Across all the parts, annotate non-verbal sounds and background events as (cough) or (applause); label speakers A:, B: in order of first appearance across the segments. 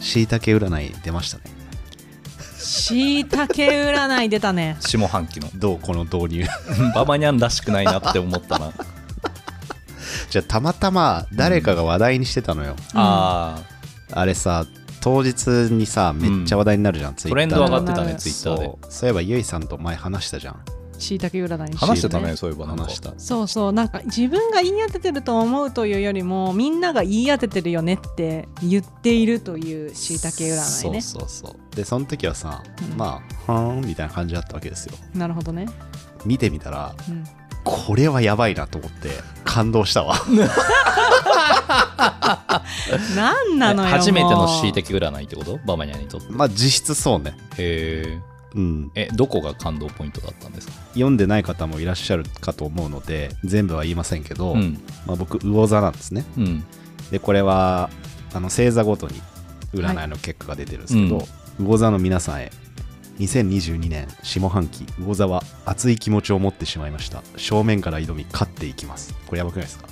A: しいたけ占い出ましたね
B: しいたけ占い出たね
C: 下半期の
A: どうこの導入 (laughs)
C: ババニャンらしくないなって思ったな
A: じゃあたまたま誰かが話題にしてたのよ、
C: ああ
A: あれさ当日にさめっちゃ話題になるじゃん、ツイッ
C: ト
A: タ
C: レ
A: ー
C: ン
A: で
C: ド上がってた
B: な
C: ね
B: る
C: ツイッターで
A: そうそういえばゆいさんと前話したじゃん
B: しいたけ占いに
C: 話してた
B: よ
C: ねそういえばなんか
A: 話した
B: そうそうなんか自分が言い当ててると思うというよりもみんなが言い当ててるよねって言っているというしいたけ占いね
A: そうそうそうでその時はさ、
B: うん
A: まあはーんみたいな感じだったわけですよ
B: なるほどね、
A: 見てみたら
B: うん、
A: これはやばいなと思って感動したわ (laughs)
B: なんなのよ
C: 初めての恣意
B: た
C: 的占いってことババニャンにとって
A: まあ実質そうね
C: へ
A: うん
C: ええどこが感動ポイントだったんですか
A: 読んでない方もいらっしゃるかと思うので全部は言いませんけど、
C: うん
A: まあ、僕魚座なんですね
C: うん
A: でこれはあの星座ごとに占いの結果が出てるんですけど、
C: はい
A: 魚座の皆さんへ2022年下半期魚座は熱い気持ちを持ってしまいました正面から挑み勝っていきますこれやばくないですか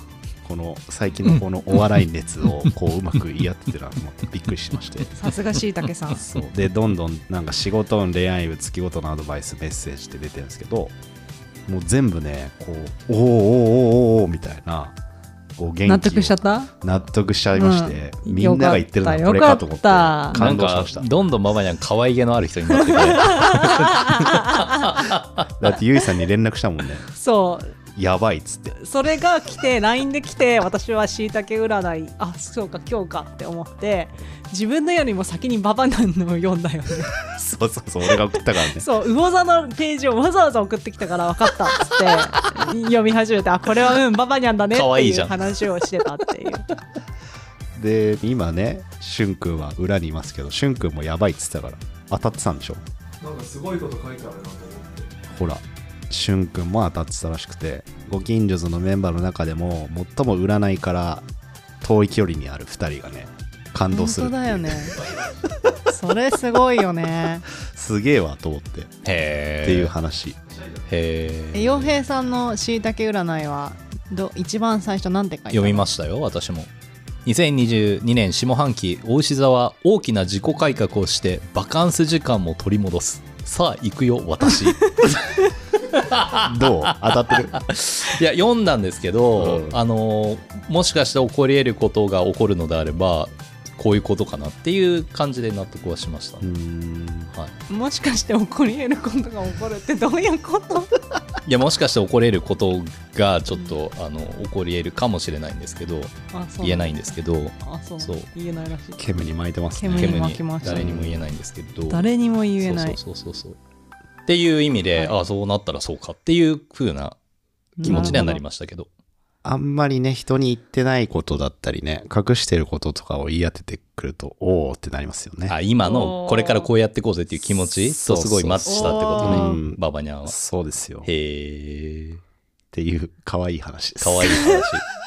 A: この最近のこのお笑い熱をこううまく言い合っててるなと思ってびっくりしまして
B: さすがしいたけさん
A: そうでどんどんなんか仕事運恋愛運月ごとのアドバイスメッセージって出てるんですけどもう全部ねこうおーおーおーおーおーみたいなこう元気を
B: 納得しちゃった
A: 納得しちゃいまして、
B: うん
A: みんなが言ってるのはこれかと思って
B: よかった
C: な
A: 感
C: ん
A: 動し
C: か
A: ました
C: どんどんババニャン可愛げのある人になって (laughs) くる
A: (laughs) だってゆいさんに連絡したもんね
B: そ
A: やばいっつって (laughs)
B: うそれが来て LINE で来て私はしいたけ占いあそうか今日かって思って自分のよりも先にババナンのを読んだよね
A: そうそうそう俺が送ったから
B: (laughs)
A: ね
B: そう魚座のページをわざわざ送ってきたから分かったっつって読み始めてあこれはうんババニャンだねって
C: 可愛
B: い
C: いじ
B: う
C: ゃん
B: 話をしてたっていう
A: で今ねしゅんくんは裏にいますけどしゅんくんもやばいっつってたから当たってたんでしょ
D: なんかすごいこと書いてあるなと思って。
A: ほらしゅんくんも当たってたらしくてご近所のメンバーの中でも最も占いから遠い距離にある2人がね感動するっていう
B: それすごいよね
A: すげえわと思ってっ
C: へえ
A: ていう話
C: へえ
B: 洋平さんのしいたけ占いはど一番最初なんて書いてある
C: 読みましたよ私も2022年下半期大牛座は大きな自己改革をしてバカンス時間も取り戻すさあ行くよ私い
A: どう当たってる
C: や読んだんですけど、
A: うん
C: あのーもしかして起こり得ることが起こるのであればこういうことかなっていう感じで納得はしました、
A: うーん
C: はい、
B: もしかして起こり得ることが起こるってどういう (laughs) こと
C: いやもしかして起こり得ることがちょっと、あの起こり得るかもしれないんですけど言えないん
B: で
C: ですけど
B: あそう
C: そう
B: 言えないらしい
A: 煙に巻いてますね
B: 煙
C: 煙
B: に巻
C: に
B: きました
C: 誰にも言えないんですけど
B: 誰にも言えない
C: そうそうそうそうそうっていう意味で、
B: はい
C: あそうなったらそうかっていう風な気持ちにはなり
B: ま
C: ましたけど
A: あんまりね、人に言ってないことだったりね、隠してることとかを言い当ててくると、おーってなりますよね。
C: あ今
B: お
C: の
B: ー
C: これからこうやってこうぜっていう気持ち
A: そう
C: と
A: そう
C: すごいマッチしたってこと
B: お
C: ね
A: ー
C: ババニャンは
A: そうですよ。っ
C: へえ
A: ていう、可愛い話です。
C: かわいい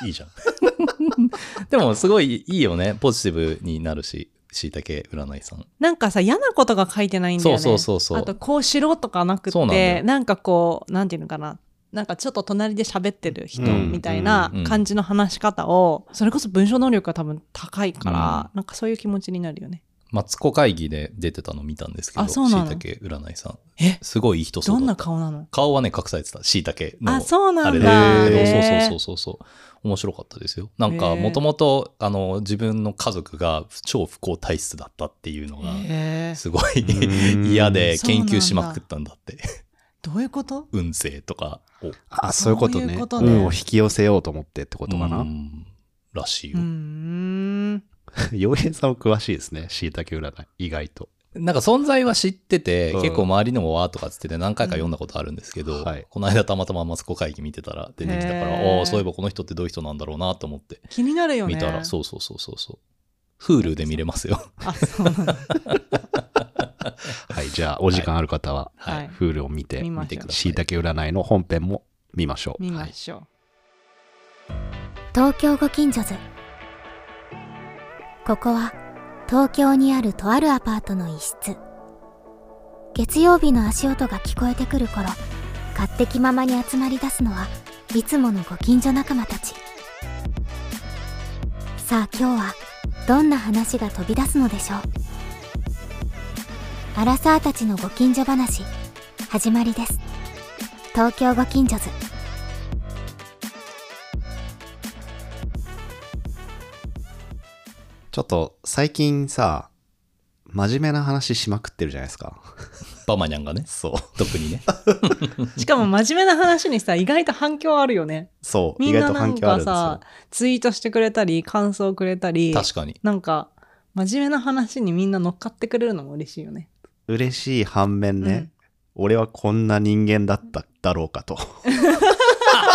C: 話いいじゃん (laughs) でもすごいいいよねポジティブになるししいたけ占いさん
B: なんかさ嫌なことが書いてないんだよね
C: そうそうそうそう
B: あとこうしろとかなく
C: そうなんだ
B: て
C: よ
B: なんかこうなんていうのかななんかちょっと隣で喋ってる人
A: うん
B: みたいな
C: うん
B: 感じの話し方を、それこそ文章能力が多分高いから、なんかそういう気持ちになるよね
C: マツコ会議で出てたの見たんですけど
B: あ
C: し
B: そうなの
C: いたけ占いさん
B: え
C: すごいいい人そう
B: ど
C: だ
B: ん
C: った
B: な顔なの
C: 顔はね隠されてたしいたけの
B: あそうな
C: あれ
B: ん
C: で
B: だ
A: へー
B: ね
C: そうそうそうそうそう面白かったですよなん
B: へ
C: か
B: ー
C: もともとあの自分の家族が超不幸体質だったっていうのが
B: へー
C: すごい
A: ーん
C: (laughs) 嫌で
B: そうな
C: 研
B: んだ
C: 究しまくったんだって
B: どういうこと
C: 運勢とかを
A: あ、そういうこと
B: そう
A: ね
B: いう。ことね
A: 運を引き寄せようと思ってってことか
C: う
A: な。
C: んらしいう
B: ー
C: よ、
B: ん
A: 洋平さんも詳しいですね。しいたけ占い、意外と。
C: なんか存在は知ってて、
A: うん
C: 結構周りのもわーとかつってて何回か読んだことあるんですけど、
A: うんはい
C: この間たまたまマツコ会議見てたら出てきたから
B: へー
C: ああそういえばこの人ってどういう人なんだろうなと思って
B: 気になるよね
C: 見たら、そうそうそうそうそう。Hulu で見れますよ。 (laughs)
B: あそうなんだ
A: はい、じゃあ、お時間ある方は、
B: はいはい
A: フールを見て
B: 見、ま
C: 見て
B: しょ
C: く
B: う
C: ださい
A: しいたけ占いの本編も見ましょう。
B: 見ましょう、
E: 東京ご近所図ここは東京にあるとあるアパートの一室月曜日の足音が聞こえてくる頃勝手気ままに集まり出すのはいつものご近所仲間たちさあ今日はどんな話が飛び出すのでしょうアラサーたちのご近所話始まりです東京ご近所図
A: ちょっと最近さ、真面目な話しまくってるじゃないですか。
C: バマニャンがね
A: そう。(laughs)
C: 特にね
B: しかも真面目な話にさ、意外と反響あるよね。
A: そう。
B: み
A: 意
B: ん
A: 外
B: な
A: と
B: な
A: 反
B: ん
A: 響あるんで
B: か
A: すよ
B: さ。、ツイートしてくれたり、感想くれたり、
C: 確かに
B: なんか、真面目な話にみんな乗っかってくれるのも嬉しいよね。
A: 嬉しい反面ね、
B: うん
A: 俺はこんな人間だっただろうかと。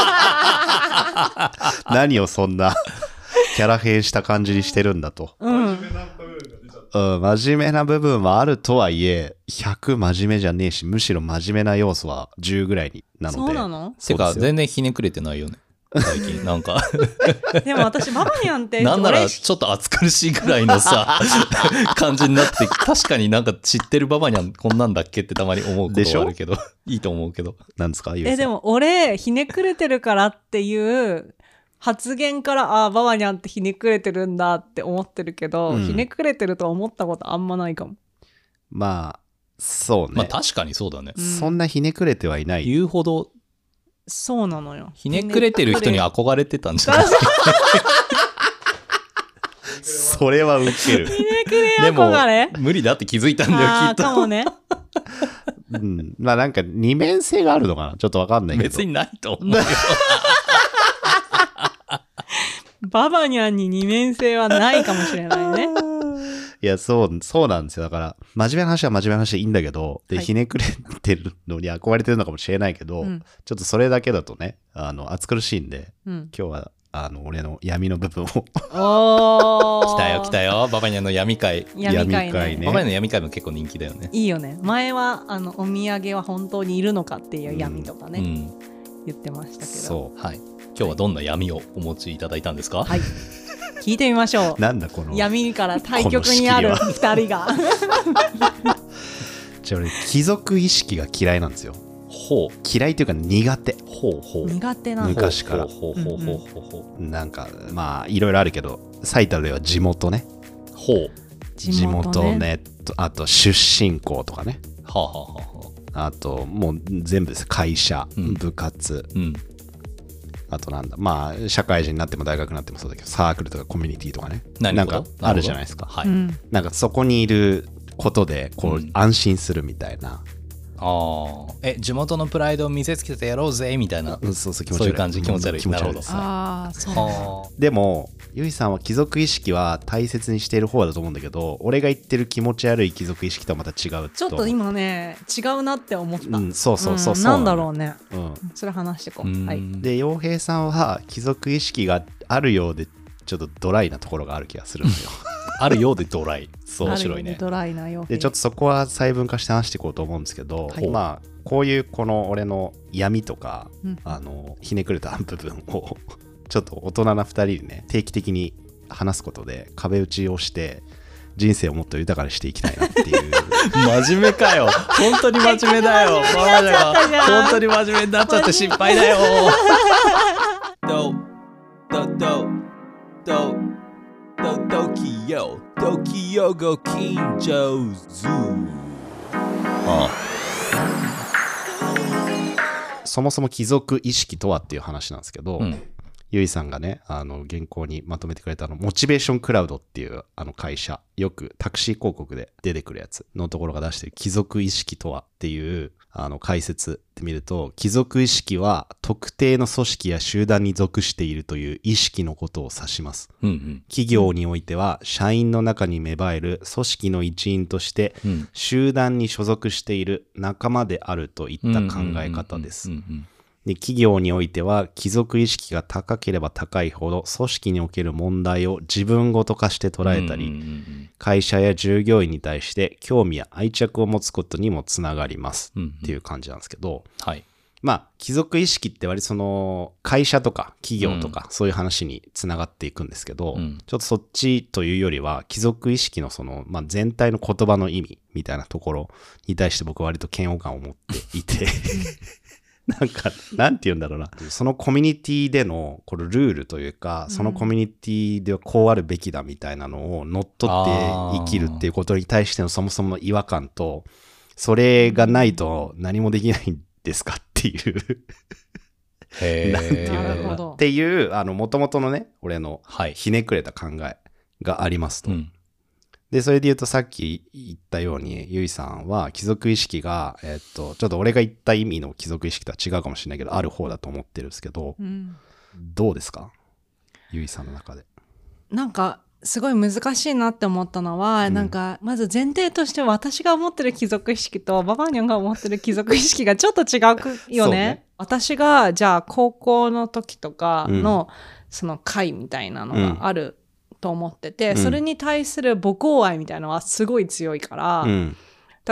A: (laughs) 何をそんな (laughs) キャラ変した感じにしてるんだと。
B: うん。
D: な部分が出ちゃっ
A: うん、真面目な部分はあるとはいえ、100真面目じゃねえし、むしろ真面目な要素は10ぐらいになので。
B: そうなの
C: てか
A: そうですよ
C: 全然ひねくれてないよね最
A: (laughs)
C: 近なんか
B: でも私、ババニャン
C: (laughs)
B: って、
C: なんな
B: 俺
C: らちょっと暑苦しいぐらいのさ感じになって確かになんか知ってるババニャンこんなんだっけってたまに思うこ
A: でし
C: と
A: ょ
C: はあるけどいいと思うけど
A: なんですかゆうさん
B: え、でも俺、ひねくれてるからっていう発言から、ああ、ババニャンってひねくれてるんだって思ってるけど、
A: うん
B: ひねくれてるとは思ったことあんまないかも。
A: まあ、そうね。
C: まあ確かにそうだね
B: うん
A: そんなひねくれてはいない。
C: 言うほど
B: そうなのよ。
C: ひねくれてる人に
B: ひね
C: 憧れてたんじゃない
A: それはウケる。
B: くれ
C: でも
B: 憧れ
C: 無理だって気づいたんだよ
B: あ
C: き
B: あ
C: っ
B: か
C: と
B: もね。
A: うん。まあなんか二面性があるのかなちょっとわかんないけど。
C: 別にないと思
A: (laughs)
C: うよ
B: ババニャンに二面性はないかもしれ
C: (laughs)
B: ないね。
A: いや、そう、そうなんですよ。だから、真面目な話は真面目な話でいいんだけど、で、
B: はい
A: ひねくれてるのに憧れてるのかもしれないけど、
B: うん
A: ちょっとそれだけだとね、あの、暑苦しいんで、
B: うん、
A: 今日は、あの、俺の闇の部分を
B: おー。
C: 来たよ来たよババニャンの闇会
B: 闇会ね
A: 闇会ね
C: ババニャンの闇会も結構人気だよね
B: いいよね前はあのお土産は本当にいるのかっていう闇とかね、
C: うん
B: 言ってましたけど
A: そ
C: はい今日はどんな闇をお持ちいただいたんですか
B: はい聞いてみましょ
A: う。なんだこ
B: う
A: の、
B: 闇から対局にある
A: こ
B: 二人が
A: じゃあ俺、貴族意識が嫌いなんですよ。
C: ほう
A: 嫌いというか苦手。
C: ほうほう
B: 苦手なの
A: 苦昔から
C: ほうほうほうほうほう
A: なんか、まあ、いろいろあるけど、最たるは地元ね。
C: ほう
A: 地元ねとあと出身校とかね。
C: はあはあはあはあ
A: あと、もう全部です。会社、
C: うん
A: 部活、
C: うん
A: あとなんだ、まあ、社会人になっても大学になってもそうだけど、サークルとかコミュニティとかね。
C: な
A: な
C: る
A: ん
C: ほど
A: かあるじゃないですか。
C: は
B: う
C: い
B: ん
A: なんかそこにいることで、こう、
C: うん
A: 安心するみたいな。
C: あーえ地元のプライドを見せつけてやろうぜみたいな
A: うんそうそう、気持ち悪い。
C: そういう感じ気持ち悪い
A: 気持ち
C: な
A: 悪い
C: るほ
A: で
C: ど
A: す。
B: ああそう
C: は
A: でも、ゆいさんは貴族意識は大切にしている方だと思うんだけど、俺が言ってる気持ち悪い貴族意識とはまた違うと。
B: ちょっと今ね違うなって思った、
A: うん、そうそうそうそう
B: うんなんだ
A: の
B: ろうね
A: うん、
B: それ話してこ
C: あう
B: うはい
C: ん
A: で洋平さんは貴族意識があるようでちょっとドライなところがある気がするん
C: (laughs)
A: だよ
C: あるようでドライそう
B: あ
C: 面
B: る意
C: 白
B: 味
C: いね
B: ドライなよ
A: でちょっとそこは細分化して話していこうと思うんですけど、
B: はい
A: まあこういうこの俺の闇とか、
B: うん
A: あのひねくれた部分を (laughs) ちょっと大人な2人にね定期的に話すことで壁打ちをして人生をもっと豊かにしていきたいなっていう
C: (laughs) 真面目かよ本当に真面目だよママだよ本当に真面目になっちゃって心配だよドドドドドドキヨドキヨご近所ズあ
A: そもそも貴族意識とはっていう話なんですけど、
C: うん
A: ゆいさんがね、あの、原稿にまとめてくれたあの、モチベーションクラウドっていうあの会社、よくタクシー広告で出てくるやつのところが出してる貴族意識とはっていう、あの、解説って見ると、貴族意識は特定の組織や集団に属しているという意識のことを指します。
C: うん
A: 企業においては、社員の中に芽生える組織の一員として、
C: うんうん
A: 集団に所属している仲間であるといった考え方です
C: うん。うん
A: で企業においては貴族意識が高ければ高いほど組織における問題を自分ごと化して捉えたり、
C: うんうん
A: 会社や従業員に対して興味や愛着を持つことにもつながります
C: うんうん
A: っていう感じなんですけど、
C: はい
A: まあ貴族意識って割とその会社とか企業とかそういう話につながっていくんですけど、
C: うん
A: ちょっとそっちというよりは貴族意識のその、まあ、全体の言葉の意味みたいなところに対して僕は割と嫌悪感を持っていてなんか、なんて言うんだろうな。そのコミュニティでの、これルールというか、
B: うん
A: そのコミュニティではこうあるべきだみたいなのを乗っ取って生きるっていうことに対してのそもそもの違和感と、それがないと何もできないんですかっていう、
C: へ
A: なんていうんだ
B: な
A: ろ
B: る
A: う
B: ほ
A: な。
B: ど
A: っていう、あの、もともとのね、俺の
C: はい。
A: ひねくれた考えがありますと。
C: うん。
A: で、それで言うとさっき言ったように、ゆいさんは貴族意識が、えっと、ちょっと俺が言った意味の貴族意識とは違うかもしれないけど、ある方だと思ってるんですけど、
B: うん、
A: どうですかゆいさんの中で。
B: なんかすごい難しいなって思ったのは、
A: うん
B: なんかまず前提として私が思ってる貴族意識とババニャンが思ってる貴族意識がちょっと違うよ
A: そう
B: ね。
A: ね
B: 私がじゃあ高校の時とかの、その会みたいなのがあると思ってて、
A: うん
B: それに対する母校愛みたいなのはすごい強いから、
A: うん。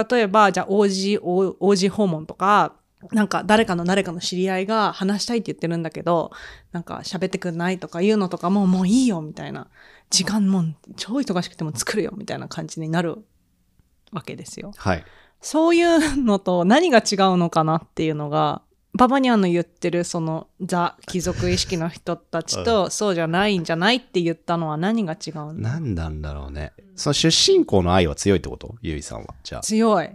B: 例えばじゃあ王子王王子訪問とかなんか誰かの誰かの知り合いが話したいって言ってるんだけどなんか喋ってくんないとか言うのとかももういいよみたいな時間も超忙しくても作るよみたいな感じになるわけですよ。
A: はい。
B: そういうのと何が違うのかなっていうのがババニャンの言ってるそのザ貴族意識の人たち
A: (laughs)
B: とそうじゃないんじゃないって言ったのは何が違うの
A: 何なんだろうね。その出身校の愛は強いってことゆいさんは。じゃあ、
B: 強い。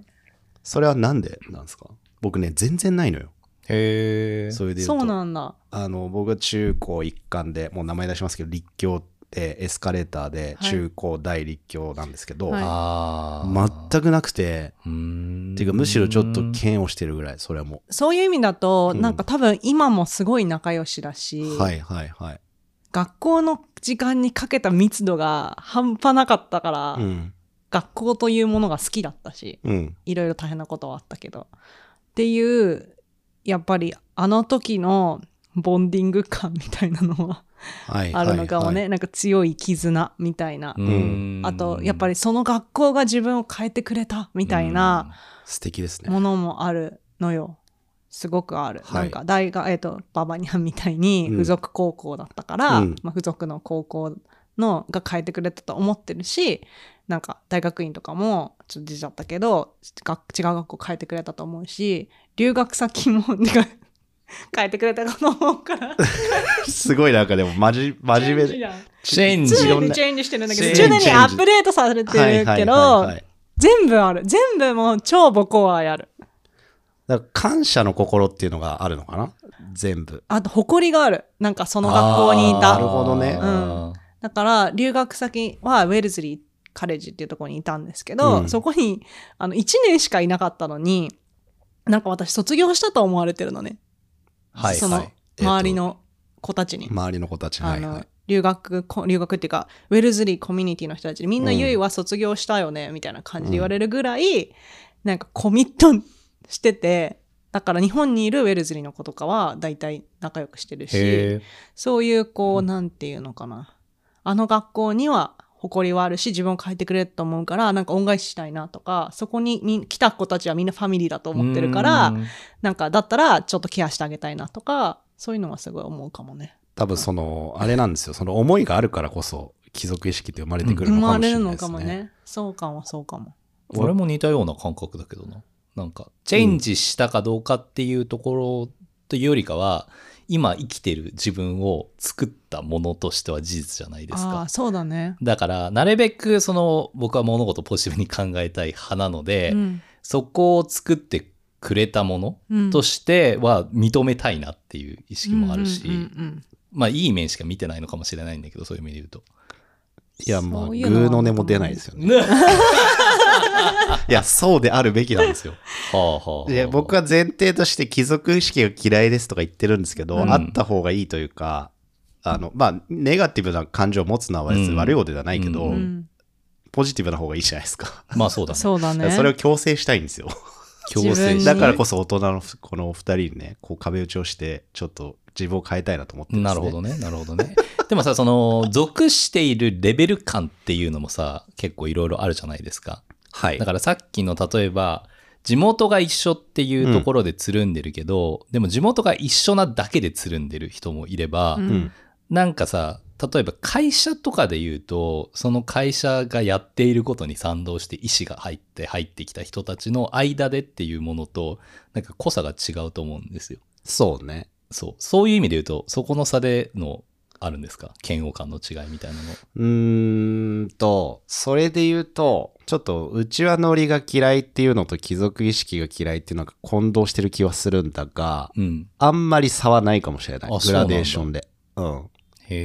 A: それはなんでなんですか僕ね、全然ないのよ。
C: へえ。
A: それで言うと。
B: そうなんだ。
A: あの僕は中高一貫でもう名前出しますけど立教ってエスカレーターで
B: はい
A: 中高大立教なんですけど、
B: はい
C: ああ。
A: 全くなくて
C: うーん。
A: っていうかむしろちょっと嫌悪してるぐらいそれはも
B: そういう意味だと、
A: うん
B: なんか多分今もすごい仲良しだし、
A: うはいはいはい、
B: 学校の時間にかけた密度が半端なかったから、
A: うん
B: 学校というものが好きだったし、
A: うん、
B: いろいろ大変なことはあったけど。っていう、やっぱりあの時のボンディング感みたいなのは
A: はい
B: あるのかもね、
A: はい
B: なんか強い絆みたいな。
C: う。
A: うん
B: あと、やっぱりその学校が自分を変えてくれたみたいな、
A: はい素敵ですね
B: ものもあるのよ。すごくある。
A: はい
B: なんか大学、えっ、と、ババニャンみたいに
A: うん
B: 付属高校だったから、
A: うん
B: まあ、付属の高校のが変えてくれたと思ってるし、なんか大学院とかもちょっと出ちゃったけど、学違う学校変えてくれたと思うし、留学先も、てか (laughs) 変えてくれたかと思うから。
A: すごいなんかでもまじ真面目
B: チェンジ
A: で
B: (laughs) じゃん
C: チェンジ。
A: い
B: 常
A: ろん
B: に
A: な
B: チェンジしてるんだけど、
C: チ
B: 常
C: ェン
A: ジ
B: にアップデートされてるけど、
A: い
B: 全部ある。全部もう超母校愛ある。
A: だから感謝の心っていうのがあるのかな全部
B: あと、誇りがある。なんかその学校にい
C: あー
B: た
A: なる。ほどね
B: うんだから留学先はウェルズリーカレッジっていうところにいたんですけど、
A: うん
B: そこにあの1年しかいなかったのになんか私卒業したと思われてるのね
C: はい。
B: その
C: はい
A: えーと
B: 周りの子たちに。
A: 周りの子たち
B: あ
A: はい
B: の
A: はい
B: 留学こ留学っていうかウェルズリーコミュニティの人たちにみんな
A: うん
B: ユイは卒業したよね、みたいな感じで言われるぐらい、なんかコミットしててだから日本にいるウェルズリーの子とかは大体仲良くしてるし
C: へえ。
B: そういうこう、なんていうのかな。あの学校には誇りはあるし、自分を変えてくれると思うから、なんか恩返ししたいなとか、そこにに来た子たちはみんなファミリーだと思ってるから、
C: うん
B: なんかだったらちょっとケアしてあげたいなとか、そういうのはすごい思うかもね。
A: 多分そのあれなんですよその思いがあるからこそ貴族意識って生まれてくる
B: 生
A: のか
B: ま
A: もし
B: れ
A: れ
B: る
A: ない
B: の
A: で
B: か
A: す
B: も
A: ね。
B: ね。そうかも、そうかも。
C: 俺も似たような感覚だけどな。なんか、チェンジしたかどうかっていうところというよりかは、今生きてる自分を作ったものとしては事実じゃないです
B: ああ
C: か
B: ー、。そうだね。
C: だから、なるべくその、僕は物事をポジティブに考えたい派なので、
B: うん
C: そこを作ってくれたもの
B: うん
C: としては認めたいなっていう意識もあるし、
B: うんうん
C: まあいい面しか見てないのかもしれないんだけど、そういう意味で言うと。
A: いやまあ
B: そ
A: グ
B: ういうのは
A: ーの音も出ないですよね。いやそうであるべきなん
C: (laughs)
A: ですよ。
C: はあはあはあ
A: いや僕は前提として貴族意識が嫌いですとか言ってるんですけど、
B: うん
A: あった方がいいというかあのまあネガティブな感情を持つのは別に悪いことではないけど、
B: う
C: うん
A: ポジティブな方がいいじゃないですか。
C: まあそうだね。
B: そうだね。
A: それを強制したいんですよ。
C: 強制
B: 自分
A: だ
B: に
A: からこそ大人のこのお二人にねこう壁打ちをしてちょっと自分を変えたいなと思ってます、ね。
C: なるほどね、なるほどね。でもさ、その、属しているレベル感っていうのもさ、結構いろいろあるじゃないですか。
A: はい
C: だ。からさっきの例えば、地元が一緒っていうところでつるんでるけど、でも地元が一緒なだけでつるんでる人もいれば、
B: う
A: うんん
C: なんかさ、例えば会社とかで言うと、その会社がやっていることに賛同して意思が入って入ってきた人たちの間でっていうものと、なんか濃さが違うと思うんですよ。
A: そうね。
C: そう。そういう意味で言うと、そこの差での、あるんですか嫌悪感の違いみたいなの。
A: うーんと、それで言うと、ちょっと、うちはノリが嫌いっていうのと貴族意識が嫌いっていうのが混同してる気はするんだが、
C: うん。
A: あんまり差はないかもしれない
C: あ。
A: グラデーションで。うん。
C: へ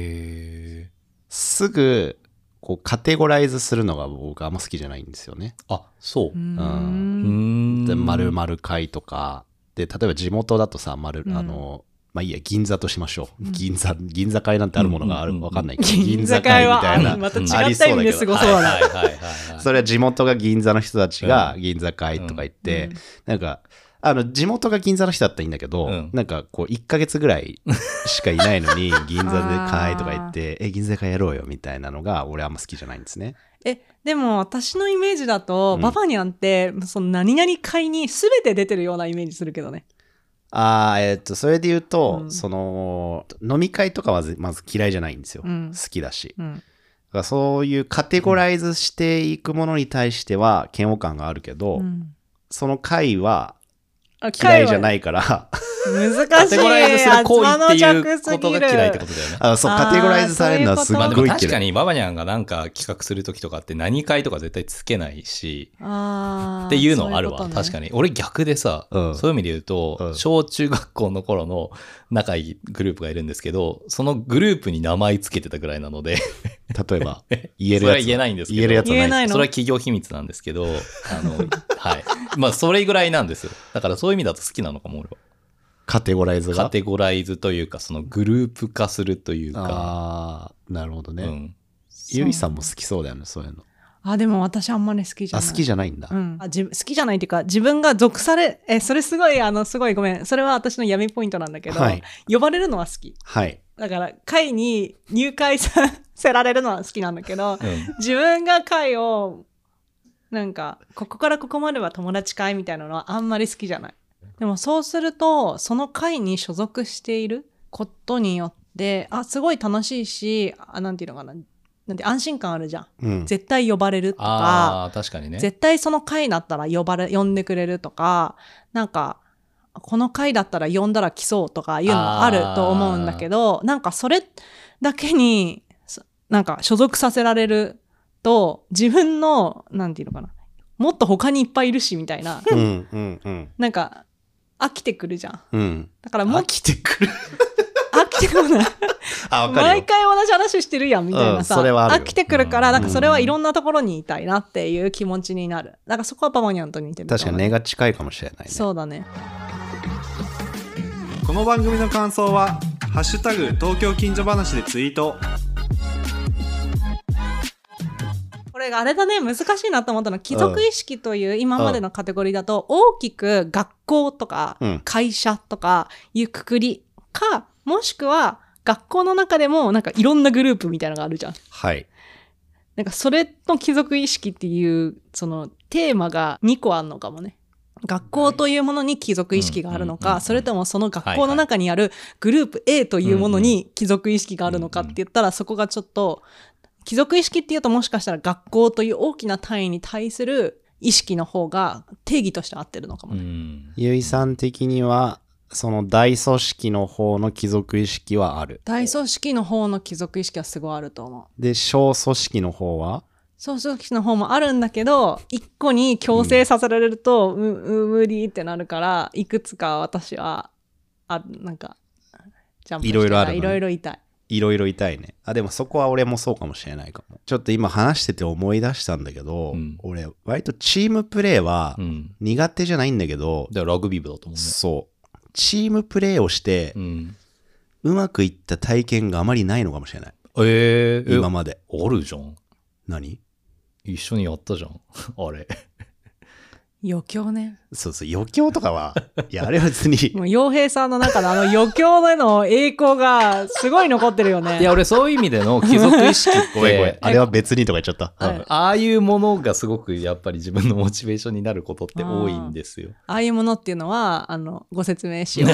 C: え。
A: すぐ、こう、カテゴライズするのが僕あんま好きじゃないんですよね。
C: あ、そう
B: う。
C: うー
B: ん。
C: ん。
A: で、丸丸会とか、で、例えば地元だとさ、丸、
B: うん
A: あの、まあいいや、銀座としましょう。
B: うん
A: 銀座、銀座会なんてあるものがあ
C: うんうん
A: る
C: うん
A: わかんない
C: (laughs)
A: けど、
B: 銀座
A: 会
B: 会
A: み
B: は
A: たいな
B: あ。また違っ
A: あり
B: た
A: そう
B: 意
A: だ
B: 味
A: け
B: で
A: ど
B: すごそう
C: は
B: だ。
C: いはいはいはい、はい。
A: (laughs) それは地元が銀座の人たちが銀座会とか言って、
B: うん
A: なんか、あの、地元が銀座の人だったらいいんだけど、
C: うん
A: なんかこう、1ヶ月ぐらいしかいないの
B: (laughs)
A: に、銀座で会とか言って、え、銀座会やろうよみたいなのが、俺あんま好きじゃないんですね。
B: え、でも私のイメージだと、
A: うん
B: ババニャンって、その何々会に全て出てるようなイメージするけどね。
A: あーえっと、それで言うと、
B: うん
A: その、飲み会とかはずまず嫌いじゃないんですよ。
B: うん
A: 好きだし。
B: うん。
A: だからそういうカテゴライズしていくものに対しては嫌悪感があるけど、
B: うん
A: その会は
B: あ
A: 嫌いじゃ
B: い。
A: ないから、 (laughs)
B: 難
C: カ
B: しい。
C: テゴライズする行為ってい
B: 頭の
C: うこ
B: 弱す
C: と
B: ぎ
C: が
B: る
C: 嫌いってことだよね。
A: あそう、
B: あー
A: カテゴライズされるのはすっ
C: まあで
A: ご
C: も
A: い
C: 確
A: 嫌
C: か
A: い。
C: にババニャンがなんか企画するときとかって何回とか絶対つけないし、
B: あー
C: っていうのはあるわ。
B: そういうことね
C: 確かに。俺逆でさ、
A: うん
C: そういう意味で言うと、
A: うん
C: 小中学校の頃の仲いいグループがいるんですけど、そのグループに名前つけてたぐらいなので、
A: 例えば、 (laughs) 言え
C: そ
A: るや
C: れは
A: つ。
C: (laughs) 言えないんですけど。
A: 言えるやつは
B: 言えないい
C: そ
B: の
C: れは企業秘密なんですけど、あの、 (laughs) はい。まあ、それぐらいなんですよ。だからそういう意味だと好きなのかも、俺は。
A: カテゴライズが。
C: カテゴライズというか、そのグループ化するというか、
A: ああ、なるほど
C: う
A: ね、
C: ん。
A: ゆいさんも好きそうだよね、そういうの。
B: あ、でも私あんまり好きじゃ
A: あ、
B: ない。
A: 好きじゃないんだ。
B: うん、あ自分好きじゃないっていうか自分が属されえそれすごいあのすごいごめんそれは私の闇ポイントなんだけど、
A: はい
B: 呼ばれるのは好き
A: はい。
B: だから会に入会させられるのは好きなんだけど
C: うん
B: 自分が会をなんかここからここまでは友達会みたいなのはあんまり好きじゃないでもそうするとその会に所属していることによってあすごい楽しいしあなんていうのかななんて安心感あるじゃん
A: うん。
B: 絶対呼ばれるとか
C: ああ、確かにね。
B: 絶対その回だったら呼ばれ、呼んでくれるとか、なんか、この回だったら呼んだら来そうとかいうのはあると思うんだけど、なんかそれだけに、そなんか所属させられると、自分の、なんていうのかな、もっと他にいっぱいいるしみた
A: (laughs)
B: いな、
A: うん、うん、うん。
B: なんか、飽きてくるじゃん。
A: うん。
B: だからも
A: 飽
B: う
A: きてく
C: (laughs)
A: る。
B: 飽きてくるな。
A: あ、わかる
B: 毎
A: よ。
B: 回同じ話してるやんみたいなさ、
A: うんそれはあるよ
B: 飽きてくるか
C: う
B: ら
C: ん
B: なんかそれはいろんなところにいたいなっていう気持ちになるなんかそこはパマニャンと似てる
A: 確かに
B: ね
A: 根が近いかもしれないね。
B: そうだね
D: この番組の感想は「ハッシュタグ東京近所話」でツイート
B: これがあれだね難しいなと思ったのは貴族意識という今までのカテゴリーだと大きく学校とか
A: うん
B: 会社とかいうくくりかもしくは学校の中でもなんかいろんなグループみたいなのがあるじゃん
A: はい。
B: なんかそれの貴族意識っていうそのテーマが2個あるのかもね。学校というものに貴族意識があるの
C: うんうんうんうん
B: か、それともその学校の中にあるグループ A というものに貴族意識があるのかって言ったら、そこがちょっと、貴族意識っていうともしかしたら学校という大きな単位に対する意識の方が定義として合ってるのかも
C: う
B: ね。
C: ん。
A: ゆいさん的には、その大組織の方の貴族意識はある。
B: 大組織の方の貴族意識はすごいあると思う。
A: で、小組織の方は
B: 総書記の方もあるんだけど一個に強制させられると、うう無理ってなるからいくつか私はあなんかジャンプして
A: いろいろあるのね
B: いろいろ痛い
A: いろいろ痛いね。あ、でもそこは俺もそうかもしれないかも。ちょっと今話してて思い出したんだけど、
C: うん
A: 俺、割とチームプレーは
C: うん。
A: 苦手じゃないんだけど、
C: だからラグビー部だと思うね。
A: そう。チームプレーをして、
C: うん。
A: うまくいった体験があまりないのかもしれない。
C: ええ
A: 今まで。
C: あるじゃん。
A: 何
C: 一緒にやったじゃん。 (laughs) あれ。
B: 余興ね
A: そうそう、余興とか
B: (laughs)
A: は、いや、あれは別に、
B: もう洋平さんの中であの余興への栄光がすごい残ってるよね
C: いや、俺そういう意味での貴族意識 (laughs) って、
A: ごめんごめん、あれは別にとか言っちゃった。
B: はい
A: うん
C: ああいうものがすごくやっぱり自分のモチベーションになることって多いんですよ。
B: (laughs) ああいうものっていうのはあのご説明しよう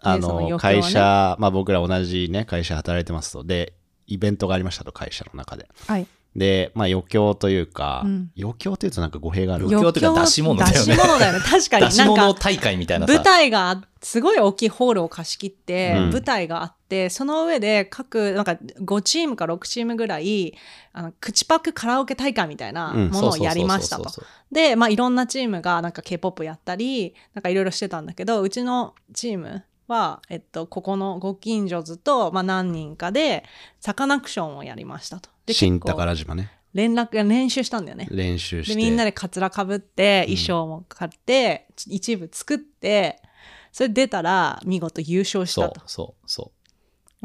A: あ
B: その
A: の
B: 余興はね
A: 会社、まあ、僕ら同じ、ね、会社働いてますとでイベントがありましたと会社の中で
B: はい。
A: で、まあ、余興というか、
B: うん
A: 余興というとなんか語弊がある
C: 余興っていうか出し物だよ
B: 出
C: ね
B: し物だよね。確かに。
C: 出し
B: な
C: 物
B: んか
C: 大会みたいなさ
B: 舞台がすごい大きいホールを貸し切って、
A: うん
B: 舞台があってその上で各なんか5チームか6チームぐらいあの口パクカラオケ大会みたいな
A: うん
B: ものをやりましたと
C: そうそうそうそう
B: で、まあ、いろんなチームがなんか K-POP やったり、なんかいろいろしてたんだけど、うちのチームは、えっと、ここのご近所図と、まあ、何人かで、サカナクションをやりましたと。で、
A: 新
B: 結構
A: 宝島ね
B: 連絡、練習したんだよね。
A: 練習して
B: で、みんなでカツラかぶって、
A: うん
B: 衣装も買って、一部作って、それ出たら、見事優勝し
C: そ
B: た
C: う
B: と。
C: そうそ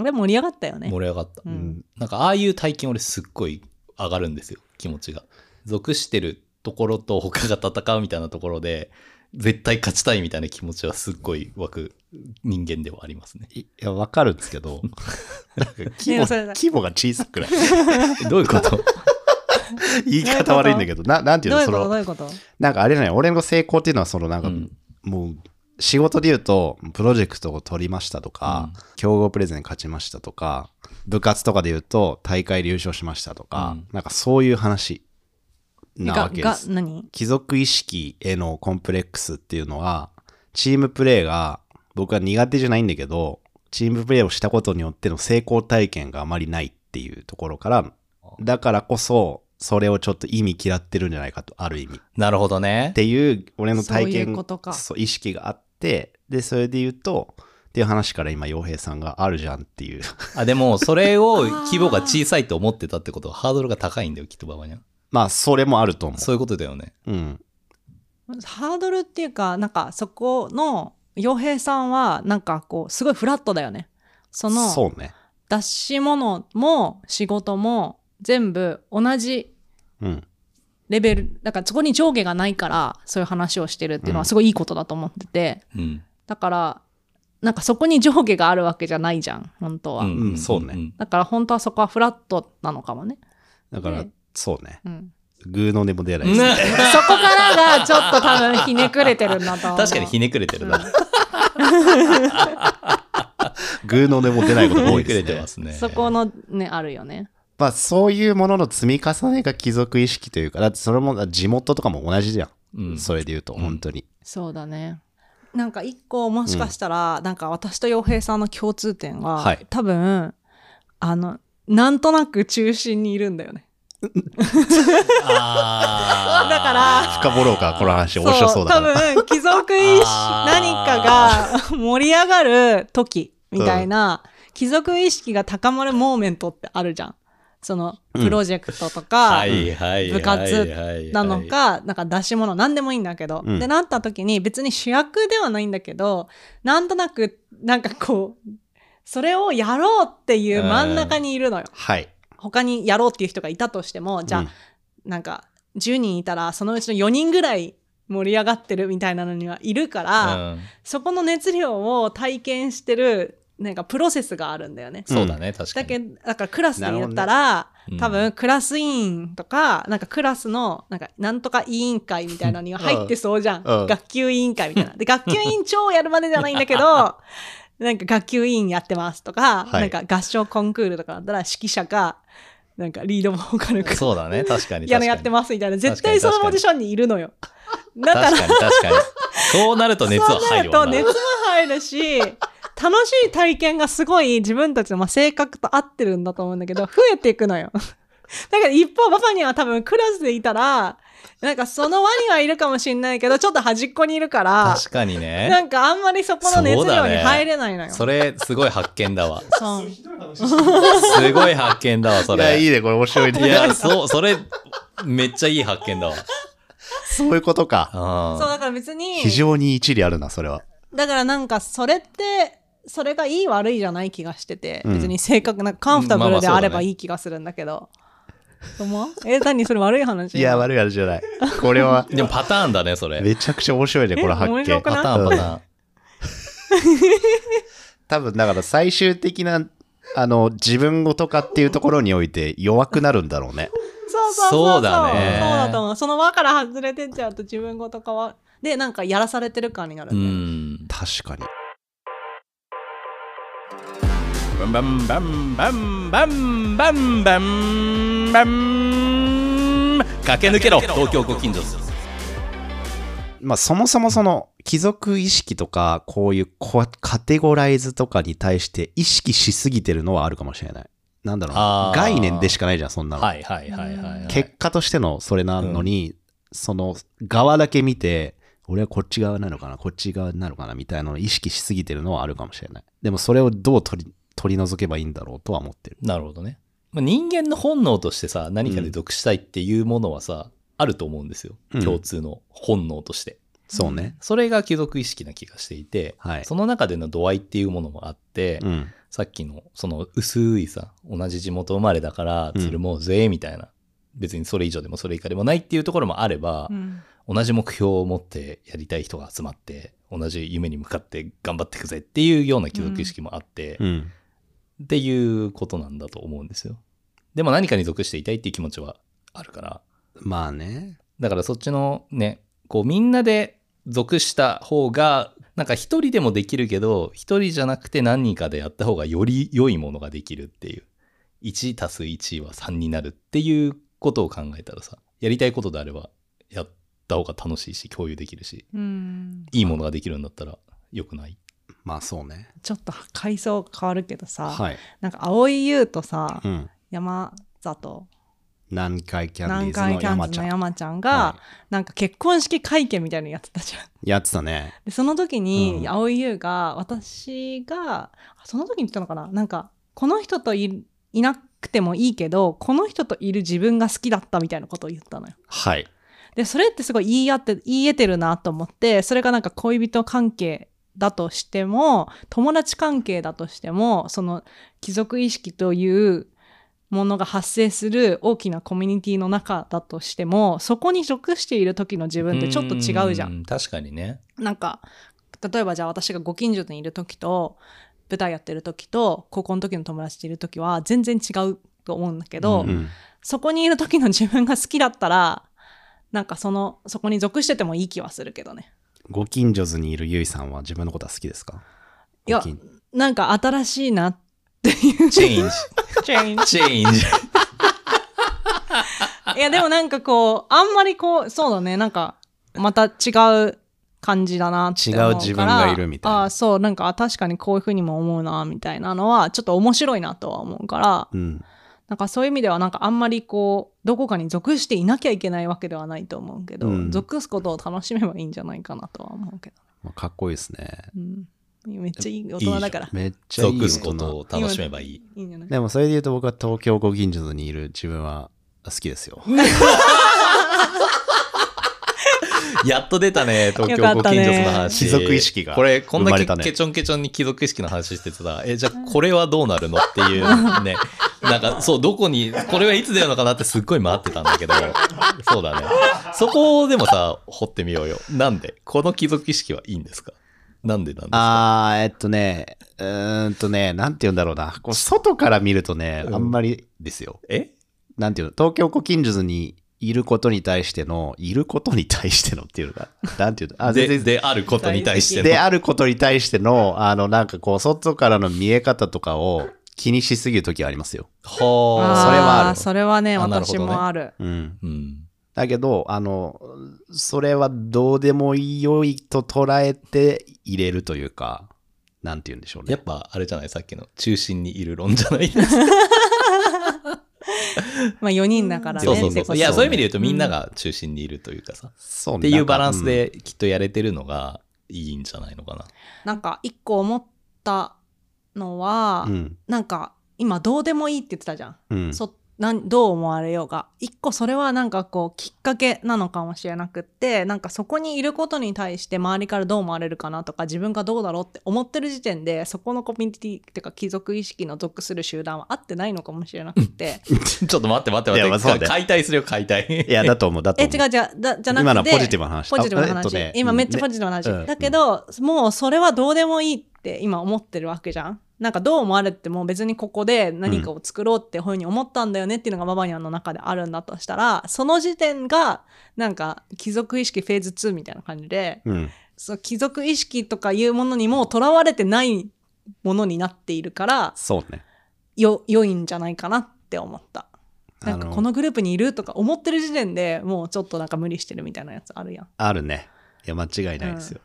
B: で、盛り上がったよ
C: う
B: ね。
C: 盛り上がった、
B: う
A: うんん、
C: なんかああいう体験俺すっごい上がるんですよ気持ちが属してるところと他が戦うみたいなところで絶対勝ちたいみたいな気持ちはすっごい湧く人間ではあります
A: (laughs)
C: ね
A: いいや分かるんですけ
B: (laughs)
A: どなんか規
B: ねそれ
A: 模規模が小さくない
C: えどういうこと
A: 言い方悪いんだけどななんていう
B: ど
A: の
B: ういう
A: そ
B: ことどう
A: の
B: いうこと
A: なんかあれだよね俺の成功っていうのはそのなんか、
C: うん
A: もう仕事で言うとプロジェクトを取りましたとか、
C: うん
A: 競合プレゼン勝ちましたとか部活とかで言うと大会で優勝しましたとか、
C: うん
A: なんかそういう話な
B: が
A: わけで
B: が
A: す、
B: 何
A: 貴族意識へのコンプレックスっていうのはチームプレーが僕は苦手じゃないんだけどチームプレーをしたことによっての成功体験があまりないっていうところからだからこそそれをちょっと意味嫌ってるんじゃないかとある意味っ
C: なるほどね
A: ていう俺の体
B: そういう
A: 験
B: ことか
A: そう意識があってでそれで言うとっていう話から今洋平さんがあるじゃんっていう (laughs)
C: あでもそれを規模が小さいと思ってたってことはハードルが高いんだよきっとババにゃん
A: まあそれもあると思
C: そういうことだよね
A: う、うん、
B: ハードルっていうかなんかそこの洋平さんはなんかこうすごいフラットだよねその
A: そうね
B: 出し物も仕事も全部同じ
A: うん
B: レベルだからそこに上下がないからそういう話をしてるっていうの
A: う
B: は
A: ん
B: すごいいいことだと思ってて、
C: うん
B: だからなんかそこに上下があるわけじゃないじゃん本当は、
C: ん
A: うんそうね
C: ん
B: だから本当はそこはフラットなのかもね、
A: だから、
B: ね
A: そうね
B: うん、
A: グーの音も出ない
B: (laughs)
A: ですね
B: そこからがちょっと多分ひねくれてるんだと思う
C: 確かにひねくれてるな、
A: グーの音も出 (laughs) ないことが
C: ひ
A: 多
C: ね
A: い
C: く
A: で
C: れ
A: す
C: て
A: ね
C: ますね
B: そこのねあるよね
A: まあそういうものの積み重ねが貴族意識というかだってそれも地元とかも同じじゃん、
C: うん
A: それで言うと
C: うん
A: 本当に、
B: そうだね。なんか一個もしかしたら、なんか私と洋平さんの共通点は、
A: はい
B: 多分あのなんとなく中心にいるんだよね。
C: あー
B: だから
A: 深掘ろうかこの話面白そうだ
B: 多
A: から
B: 分貴族意識何
C: あ
B: かが盛り上がる時みたいな、貴族意識が高まるモーメントってあるじゃん。その
A: うん
B: プロジェクトとか、
C: はいはい
B: 部活
C: はい
B: なのか、なんか出し物、なんでもいいんだけど、
A: うん
B: で、なった時に別に主役ではないんだけど、なんとなく、なんかこう、それをやろうっていう真ん中にいるのよ。
A: はい
B: 他にやろうっていう人がいたとしても、じゃあ、
A: うん
B: なんか、10人いたら、そのうちの4人ぐらい盛り上がってるみたいなのにはいるから、
C: うん
B: そこの熱量を体験してる、なんかプロセスがあるんだよね。
C: そうだね確か
B: だ
C: に
B: けど、だからクラスで言ったら、
C: うん
B: 多分クラス委員とか、なんかクラスのなんかなんとか委員会みたいなのには入ってそうじゃん、
A: うんうん
B: 学級委員会みたいな
C: (laughs)
B: で学級委員長をやるまでじゃないんだけどなんか学級委員やってますとか、
A: はい
B: なんか合唱コンクールとかだったら指揮者かなんかリードボーカルか
C: そうだね確かに
B: やのやって
C: ま
B: ますみたいな絶
C: 確か
B: 対
C: に
B: そのポジションにいる
C: (laughs)
B: のよだから
C: 確かに確かにそうなると熱は入る
B: そ
C: わ
B: うなると熱も入るし楽しい体験がすごい自分たちのまあ性格と合ってるんだと思うんだけど増えていくのよ (laughs) だから一方パパには多分クラスでいたらなんかその輪にはいるかもしれないけどちょっと端っこにいるから
C: 確かにね
B: なんかあんまりそこの熱
C: そうだ
B: 量に
C: ね
B: 入れないのよ
C: それすごい発見だわ
B: そう
C: すごい発見だわそ
A: いや
C: れ
A: いいねこれ面白い
C: い
A: ね
C: やそうそれめっちゃいい発見だわ
A: そういうことか
C: うん
B: そうだから別に
A: 非常に一理あるなそれは
B: だからなんかそれってそれがいい悪いじゃない気がしてて、
A: うん
B: 別に性格なんかカンフタブルで
C: まあまあそうだね
B: あればいい気がするんだけど、どう思うえ何それ悪い話
A: いや悪いあれじゃないこれは
C: でもパターンだねそれ
A: めちゃくちゃ面白いねこれ発
B: 面白
A: 見
B: くない
C: パターンパターン
A: 多分だから最終的なあの自分ごとかっていうところにおいて弱くなるんだろうね
B: そうそうそう
C: そうだね
B: そうだと思う。その輪から外れてっちゃうと自分ごと変わで、なんかやらされてる感になる
C: うん
B: だよね
C: ん
A: 確かに
C: バンバンバンバンバンバンバンバン駆け抜けろ東京ご近所
A: まあ、そもそもその貴族意識とか、こういうこカテゴライズとかに対して意識しすぎてるのはあるかもしれない。なんだろう
C: あ
A: な。
C: ー
A: 概念でしかないじゃん、そんなの。
C: はいはいはいはいはい
A: 結果としてのそれなのに、その側だけ見て、俺はこっち側なのかな、こっち側なのかなみたいなのを意識しすぎてるのはあるかもしれない。でもそれをどう取り取り除けばいいんだろうとは思ってる。
C: なるほどねまあ人間の本能としてさ何かで得したいっていうものはさあると思うんですよ
A: うん
C: 共通の本能として
A: そうね。
C: それが貴族意識な気がしていて、
A: はい
C: その中での度合いっていうものもあって、
A: うん。
C: さっきのその薄いさ同じ地元生まれだから
A: うん
C: つるもうぜみたいな、別にそれ以上でもそれ以下でもないっていうところもあれば、
B: うん
C: 同じ目標を持ってやりたい人が集まって同じ夢に向かって頑張っていくぜっていうような貴族意識もあって、
A: うん。
C: っていうことなんだと思うんですよでも何かに属していたいっていう気持ちはあるから
A: まあね。
C: だからそっちのね、こうみんなで属した方が、なんか一人でもできるけど、一人じゃなくて何人かでやった方がより良いものができるっていう。1たす1は3になるっていうことを考えたらさ、やりたいことであれば、やった方が楽しいし、共有できるし、
B: うん
C: いいものができるんだったら良くない。
A: まあそうね。
B: ちょっと階層変わるけどさ、
A: はい。
B: なんか蒼井優とさ、
A: うん。
B: 山里
A: 南海キャン
B: 南
A: ディーズ
B: 海
A: の
B: キャ
A: 山
B: ンズ
A: ち
B: の
A: ゃん。
B: 山ちゃんが、
A: は
B: なんか結婚式会見みたいなのやってたじゃん。
A: いやってたね。
B: でその時に、
A: うん
B: 蒼井優が私がその時に言ったのかななんかこの人といいなくてもいいけどこの人といる自分が好きだったみたいなことを言ったのよ。
A: はい。
B: でそれってすごい言い合って言い得てるなと思ってそれがなんか恋人関係だとしても友達関係だとしてもその貴族意識というものが発生する大きなコミュニティの中だとしてもそこに属している時の自分ってちょっと違うじゃん。
C: ん。確かにね。
B: なんか例えばじゃあ私がご近所にいる時と舞台やってる時と高校の時の友達といる時は全然違うと思うんだけど、
C: う
A: うん。
B: そこにいる時の自分が好きだったらなんかそのそこに属しててもいい気はするけどね
A: ご近所にいるゆいさんは自分のことは好きですか
B: いや
A: ご近
B: なんか新しいなっていう
C: チェンジ。
B: チェン
C: チェンジ。
B: (laughs) いやでもなんかこうあんまりこうそうだねなんかまた違う感じだなって思うか
A: 違う
B: ら
A: 自分がいるみたいな
B: ああそうなんかあ確かにこういうふうにも思うなみたいなのはちょっと面白いなとは思うから
A: うん。
B: なんかそういう意味ではなんかあんまりこうどこかに属していなきゃいけないわけではないと思うけど、
A: うん
B: 属すことを楽しめばいいんじゃないかなとは思うけど、
A: まあかっこいいですね。
B: うん、めっちゃいい大人だからい
A: めっちゃいい
C: 属
A: 大
C: すこ
A: 人
C: とを楽しめばいい。
B: いんじゃない
A: でもそれで言うと僕は東京ご近所にいる自分は好きですよ。
C: やっと出たね、東
B: よか
C: 京
B: っ
C: ご
B: た
C: 近
B: ね
C: 所の話。
A: 貴族意識が
C: これ、こん
A: 生
C: だ
A: まれ
C: け
A: たね
C: ケチョンケチョンに貴族意識の話しててさ、え、じゃあこれはどうなるのっていうね。 (laughs) なんか、そう、どこに、これはいつ出るのかなってすっごい待ってたんだけど、 (laughs) そうだね。そこをでもさ、掘ってみようよ。なんでこの貴族意識はいいんですかなんでなんですか
A: あー、えっとね、うーんとね、なんて言うんだろうな。こう外から見るとね、
C: うん
A: あんまりですよ。
C: え
A: なんていうの、東京ご近所にいることに対しての、いることに対してのっていうのが、なんていうの、あ、全
C: で、
A: 然
C: であることに対して
A: で
C: の。
A: あることに対しての、あの、なんかこう、外からの見え方とかを気にしすぎるときはありますよ。
C: ほ
B: あ
C: ー
B: ー
A: それはある
B: それはね
C: あなるほ
B: 私
C: どね
B: もある
A: うん。
C: うん。
A: だけど、あの、それはどうでも良いと捉えて入れるというか、なんて言うんでしょうね。
C: やっぱ、あれじゃないさっきの中心にいる論じゃない
B: まあ4人だからね
C: そうそう
B: ってこ
C: そ
B: と
C: う。いや、そういう意味で言うと
B: うん
C: みんなが中心にいるというかさ。
A: そうね
C: っていうバランス。
A: なんか
C: できっとやれてるのがいいんじゃないのかな。 (laughs)
B: なんか一個思ったのは、
A: うん。
B: なんか今どうでもいいって言ってたじゃん
A: うん。
B: そなんどう思われようが一個それはなんかこうきっかけなのかもしれなくってなんかそこにいることに対して周りからどう思われるかなとか自分がどうだろうって思ってる時点でそこのコミュニティっていうか貴族意識の属する集団は合ってないのかもしれなくって
C: ちょっと待って待って
A: いやまあ
C: 待
A: そ
C: っ
A: う
C: て。
A: ね
C: 解体するよ、解体。
A: いや、だと思う、だと
B: え違
A: 思う。
B: う違うだじゃなくて
A: 今のはポジティブな話。
B: ポジティブな
A: あ
B: 話、
A: えっとね
B: 今めっちゃポ
A: ね
B: ジティブな話、
A: うん
B: だけど、もうそれはどうでもいいって今思ってるわけじゃんなんかどう思われても別にここで何かを作ろうってふうに思ったんだよねっていうのがババニャンの中であるんだとしたらその時点がなんか貴族意識フェーズ2みたいな感じで
A: うん。
B: そう貴族意識とかいうものにもとらわれてないものになっているから
A: そうね。
B: よ良いんじゃないかなって思ったなんか
A: あの
B: このグループにいるとか思ってる時点でもうちょっとなんか無理してるみたいなやつあるやん
A: あるね。いや、間違いないですよ。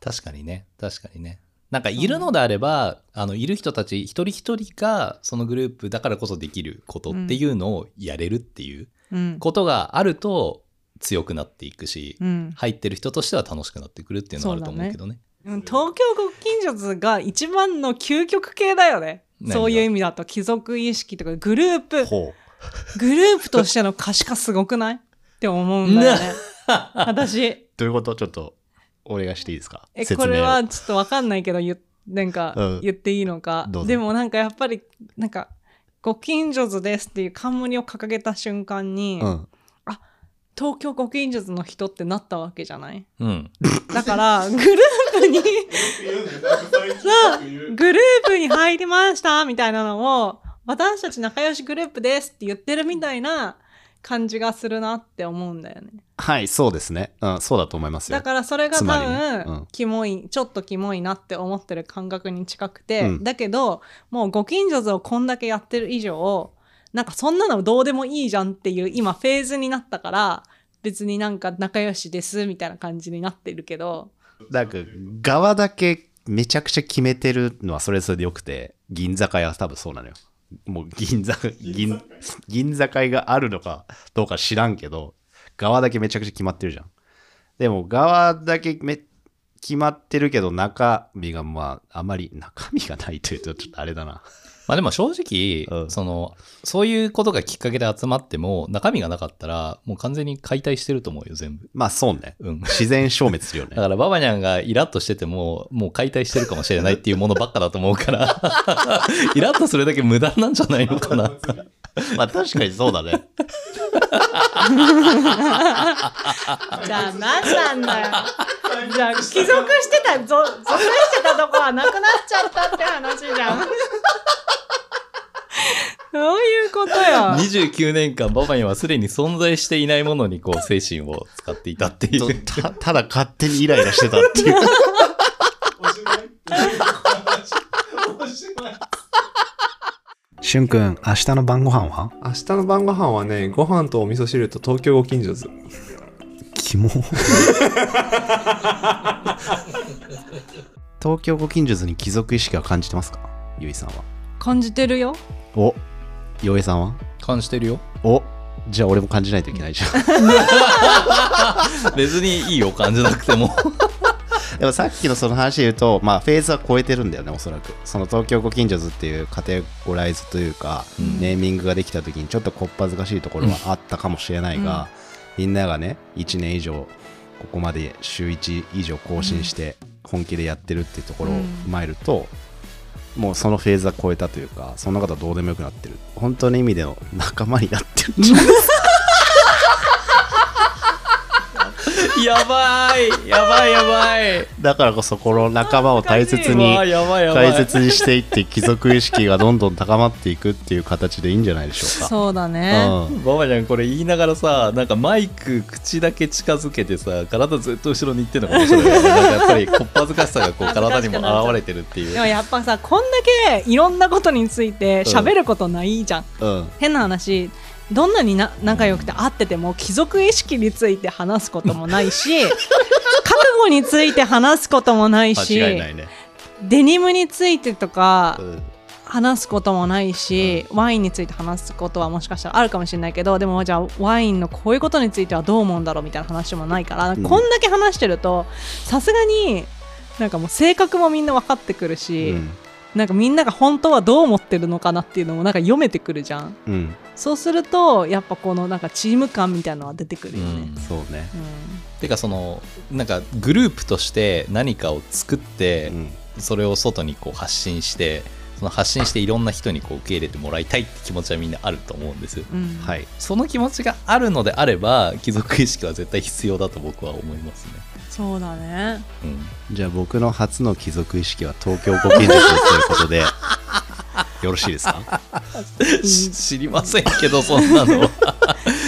C: 確かにね確かにねなんかいるのであれば、あのいる人たち一人一人がそのグループだからこそできることっていうのをやれるっていう
B: うん
C: ことがあると強くなっていくし、
B: うん、
C: 入ってる人としては楽しくなってくるっていうのはあると思うけどね
B: うん東京ご近所図が一番の究極系だよね
C: 何が
B: そういう意味だと貴族意識とかグループ
A: ほう。
B: グループとしての可視化すごくないって思うんだよね私
A: どういうことちょっとお願いしていいですか
B: え
A: 説明
B: これ
A: を
B: はちょっとわかんないけど言っなん
A: う
B: か
A: ん
B: 言っていいのか、
A: どうぞ
B: でもなんかやっぱりなんか「ご近所図です」っていう冠を掲げた瞬間に、
A: うん。
B: 東京ご近所図の人ってなったわけじゃない
C: (laughs) うん
B: だからグループにそうグループに入りましたみたいなのを私たち仲良しグループですって言ってるみたいな感じがするなって思うんだよね
A: はい、そうですね。うん、そうだと思いますよ。
B: だからそれが
A: つ
B: 多
A: まりねう
B: 分
A: ん
B: キモいちょっとキモいなって思ってる感覚に近く
A: う
B: て、
A: ん
B: だけどもうご近所図をこんだけやってる以上なんかそんなのどうでもいいじゃんっていう今フェーズになったから別になんか仲良しですみたいな感じになってるけど
A: なんか、側だけめちゃくちゃ決めてるのはそれそれでよくて、銀座会は多分そうなのよ。もう銀座、銀、銀座会があるのかどうか知らんけど、側だけめちゃくちゃ決まってるじゃん。でも、側だけめ決まってるけど、中身がまあ、あまり中身がないというとちょっとあれだな。
C: まあでも正直、
A: うん
C: そのそういうことがきっかけで集まっても中身がなかったらもう完全に解体してると思うよ全部
A: まあ、そうね。
C: うん
A: 自然消滅するよ
C: だ
A: ね。
C: からババニャンがイラッとしててももう解体してるかもしれないっていうものばっかだと思うから (laughs) イラッとするだけ無駄なんじゃないのかな
A: (laughs) まあ、確かにそうだね。
B: じゃあ何なんだよじゃあ帰属してたぞ属してたとこはなくなっちゃったって話じゃんそういうことよ
C: 29年間ババニャンはすでに存在していないものにこう精神を使っていたってい
A: と
C: う
A: たただ勝手にイライラしてたっていう。しゅんくん、明日の晩ご飯は
F: 明日の晩ご飯はねご飯とお味噌汁と東京ご近所図
A: キモ。東京ご近所図に貴族意識は感じてますかゆいさんは。
B: 感じてるよ
A: お、よえさんは
C: 感じてるよ
A: お、じゃあ俺も感じないといけないじゃん。
C: 別にいいよ感じなくても
A: でもさっきのその話で言うと、まあ、フェーズは超えてるんだよね、おそらく。その東京ご近所図っていうカテゴライズというか、
C: うん
A: ネーミングができた時にちょっとこっぱずかしいところはあったかもしれないが、みんながね、1年以上、ここまで週1以上更新して、本気でやってるっていうところを踏まえると、もうそのフェーズは超えたというか、その中はどうでもよくなってる。本当の意味での仲間になってるんじゃない
C: (laughs) やばいやばいやばい
A: だからこそ、この仲間を大切に
C: うわ。やばいやばい
A: 大切にしていって貴族意識がどんどん高まっていくっていう形でいいんじゃないでしょうか。
B: そうだね
A: うん
C: ババちゃんこれ言いながらさなんかマイク口だけ近づけてさ体ずっと後ろに行ってんのかもしれ
A: (laughs)
C: ないなんかやっぱりこっぱずかしさがこう体にも現れてるってい
B: でも
C: う
B: やっぱさこんだけいろんなことについて喋ることないじゃん、
A: うん、
B: 変な話どんなにな仲良くて会ってても貴族意識について話すこともない
A: (laughs)
B: し覚悟について話すこともないし
A: 間違いないね。
B: デニムについてとか
A: うん
B: 話すこともないし、ワインについて話すことはもしかしたらあるかもしれないけどでもじゃあワインのこういうことについてはどう思うんだろうみたいな話もないから、
A: ん
B: こんだけ話してるとさすがになんかもう性格もみんな分かってくるし、
A: うん
B: なんかみんなが本当はどう思ってるのかなっていうのもなんか読めてくるじゃん
A: うん、
B: そうするとやっぱこのなんかチーム感みたいなのは出てくるよね。
A: そうね。
B: うん
C: てかそのなんかグループとして何かを作って
A: うん
C: それを外にこう発信してその発信していろんな人にこう受け入れてもらいたいって気持ちはみんなあると思うんです
B: うん
A: はい、
C: その気持ちがあるのであれば貴族意識は絶対必要だと僕は思いますね、
B: そうだね
C: うん、
A: じゃあ僕の初の貴族意識は東京ご近所図ということ
B: (laughs)
A: でよろしいですか
C: し知りませんけどそんなの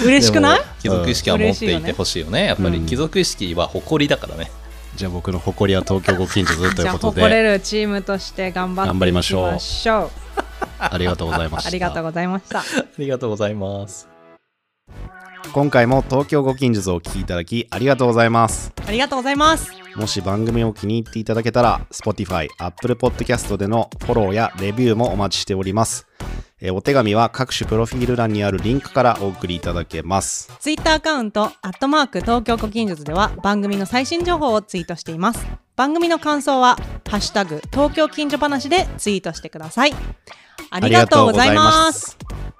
B: 嬉しくない
C: でも貴族意識は持っていてほしいよね、やっぱ
A: う
C: り
A: ん
C: 貴族意識は誇りだからね、
A: じゃあ僕の誇りは東京ご近所ずと
B: (laughs) じ
A: い
B: ゃ
A: うこ
B: あ
A: と
B: 誇れ
A: で
B: るチームとして頑張ってい
A: 頑張りましょう
B: きましょう
A: ありがとうございました
B: ありがとうございました
C: ありがとうございます。
A: 今回も東京ご近所図をお聞きいただきありがとうございます
B: ありがとうございます
A: もし番組を気に入っていただけたら Spotify、Apple Podcast でのフォローやレビューもお待ちしておりますえーお手紙は各種プロフィール欄にあるリンクからお送りいただけます
B: ツイッターアカウント、アットマーク東京古近術では番組の最新情報をツイートしています。番組の感想は、ハッシュタグ東京近所話でツイートしてください。ありがとうございます。
A: す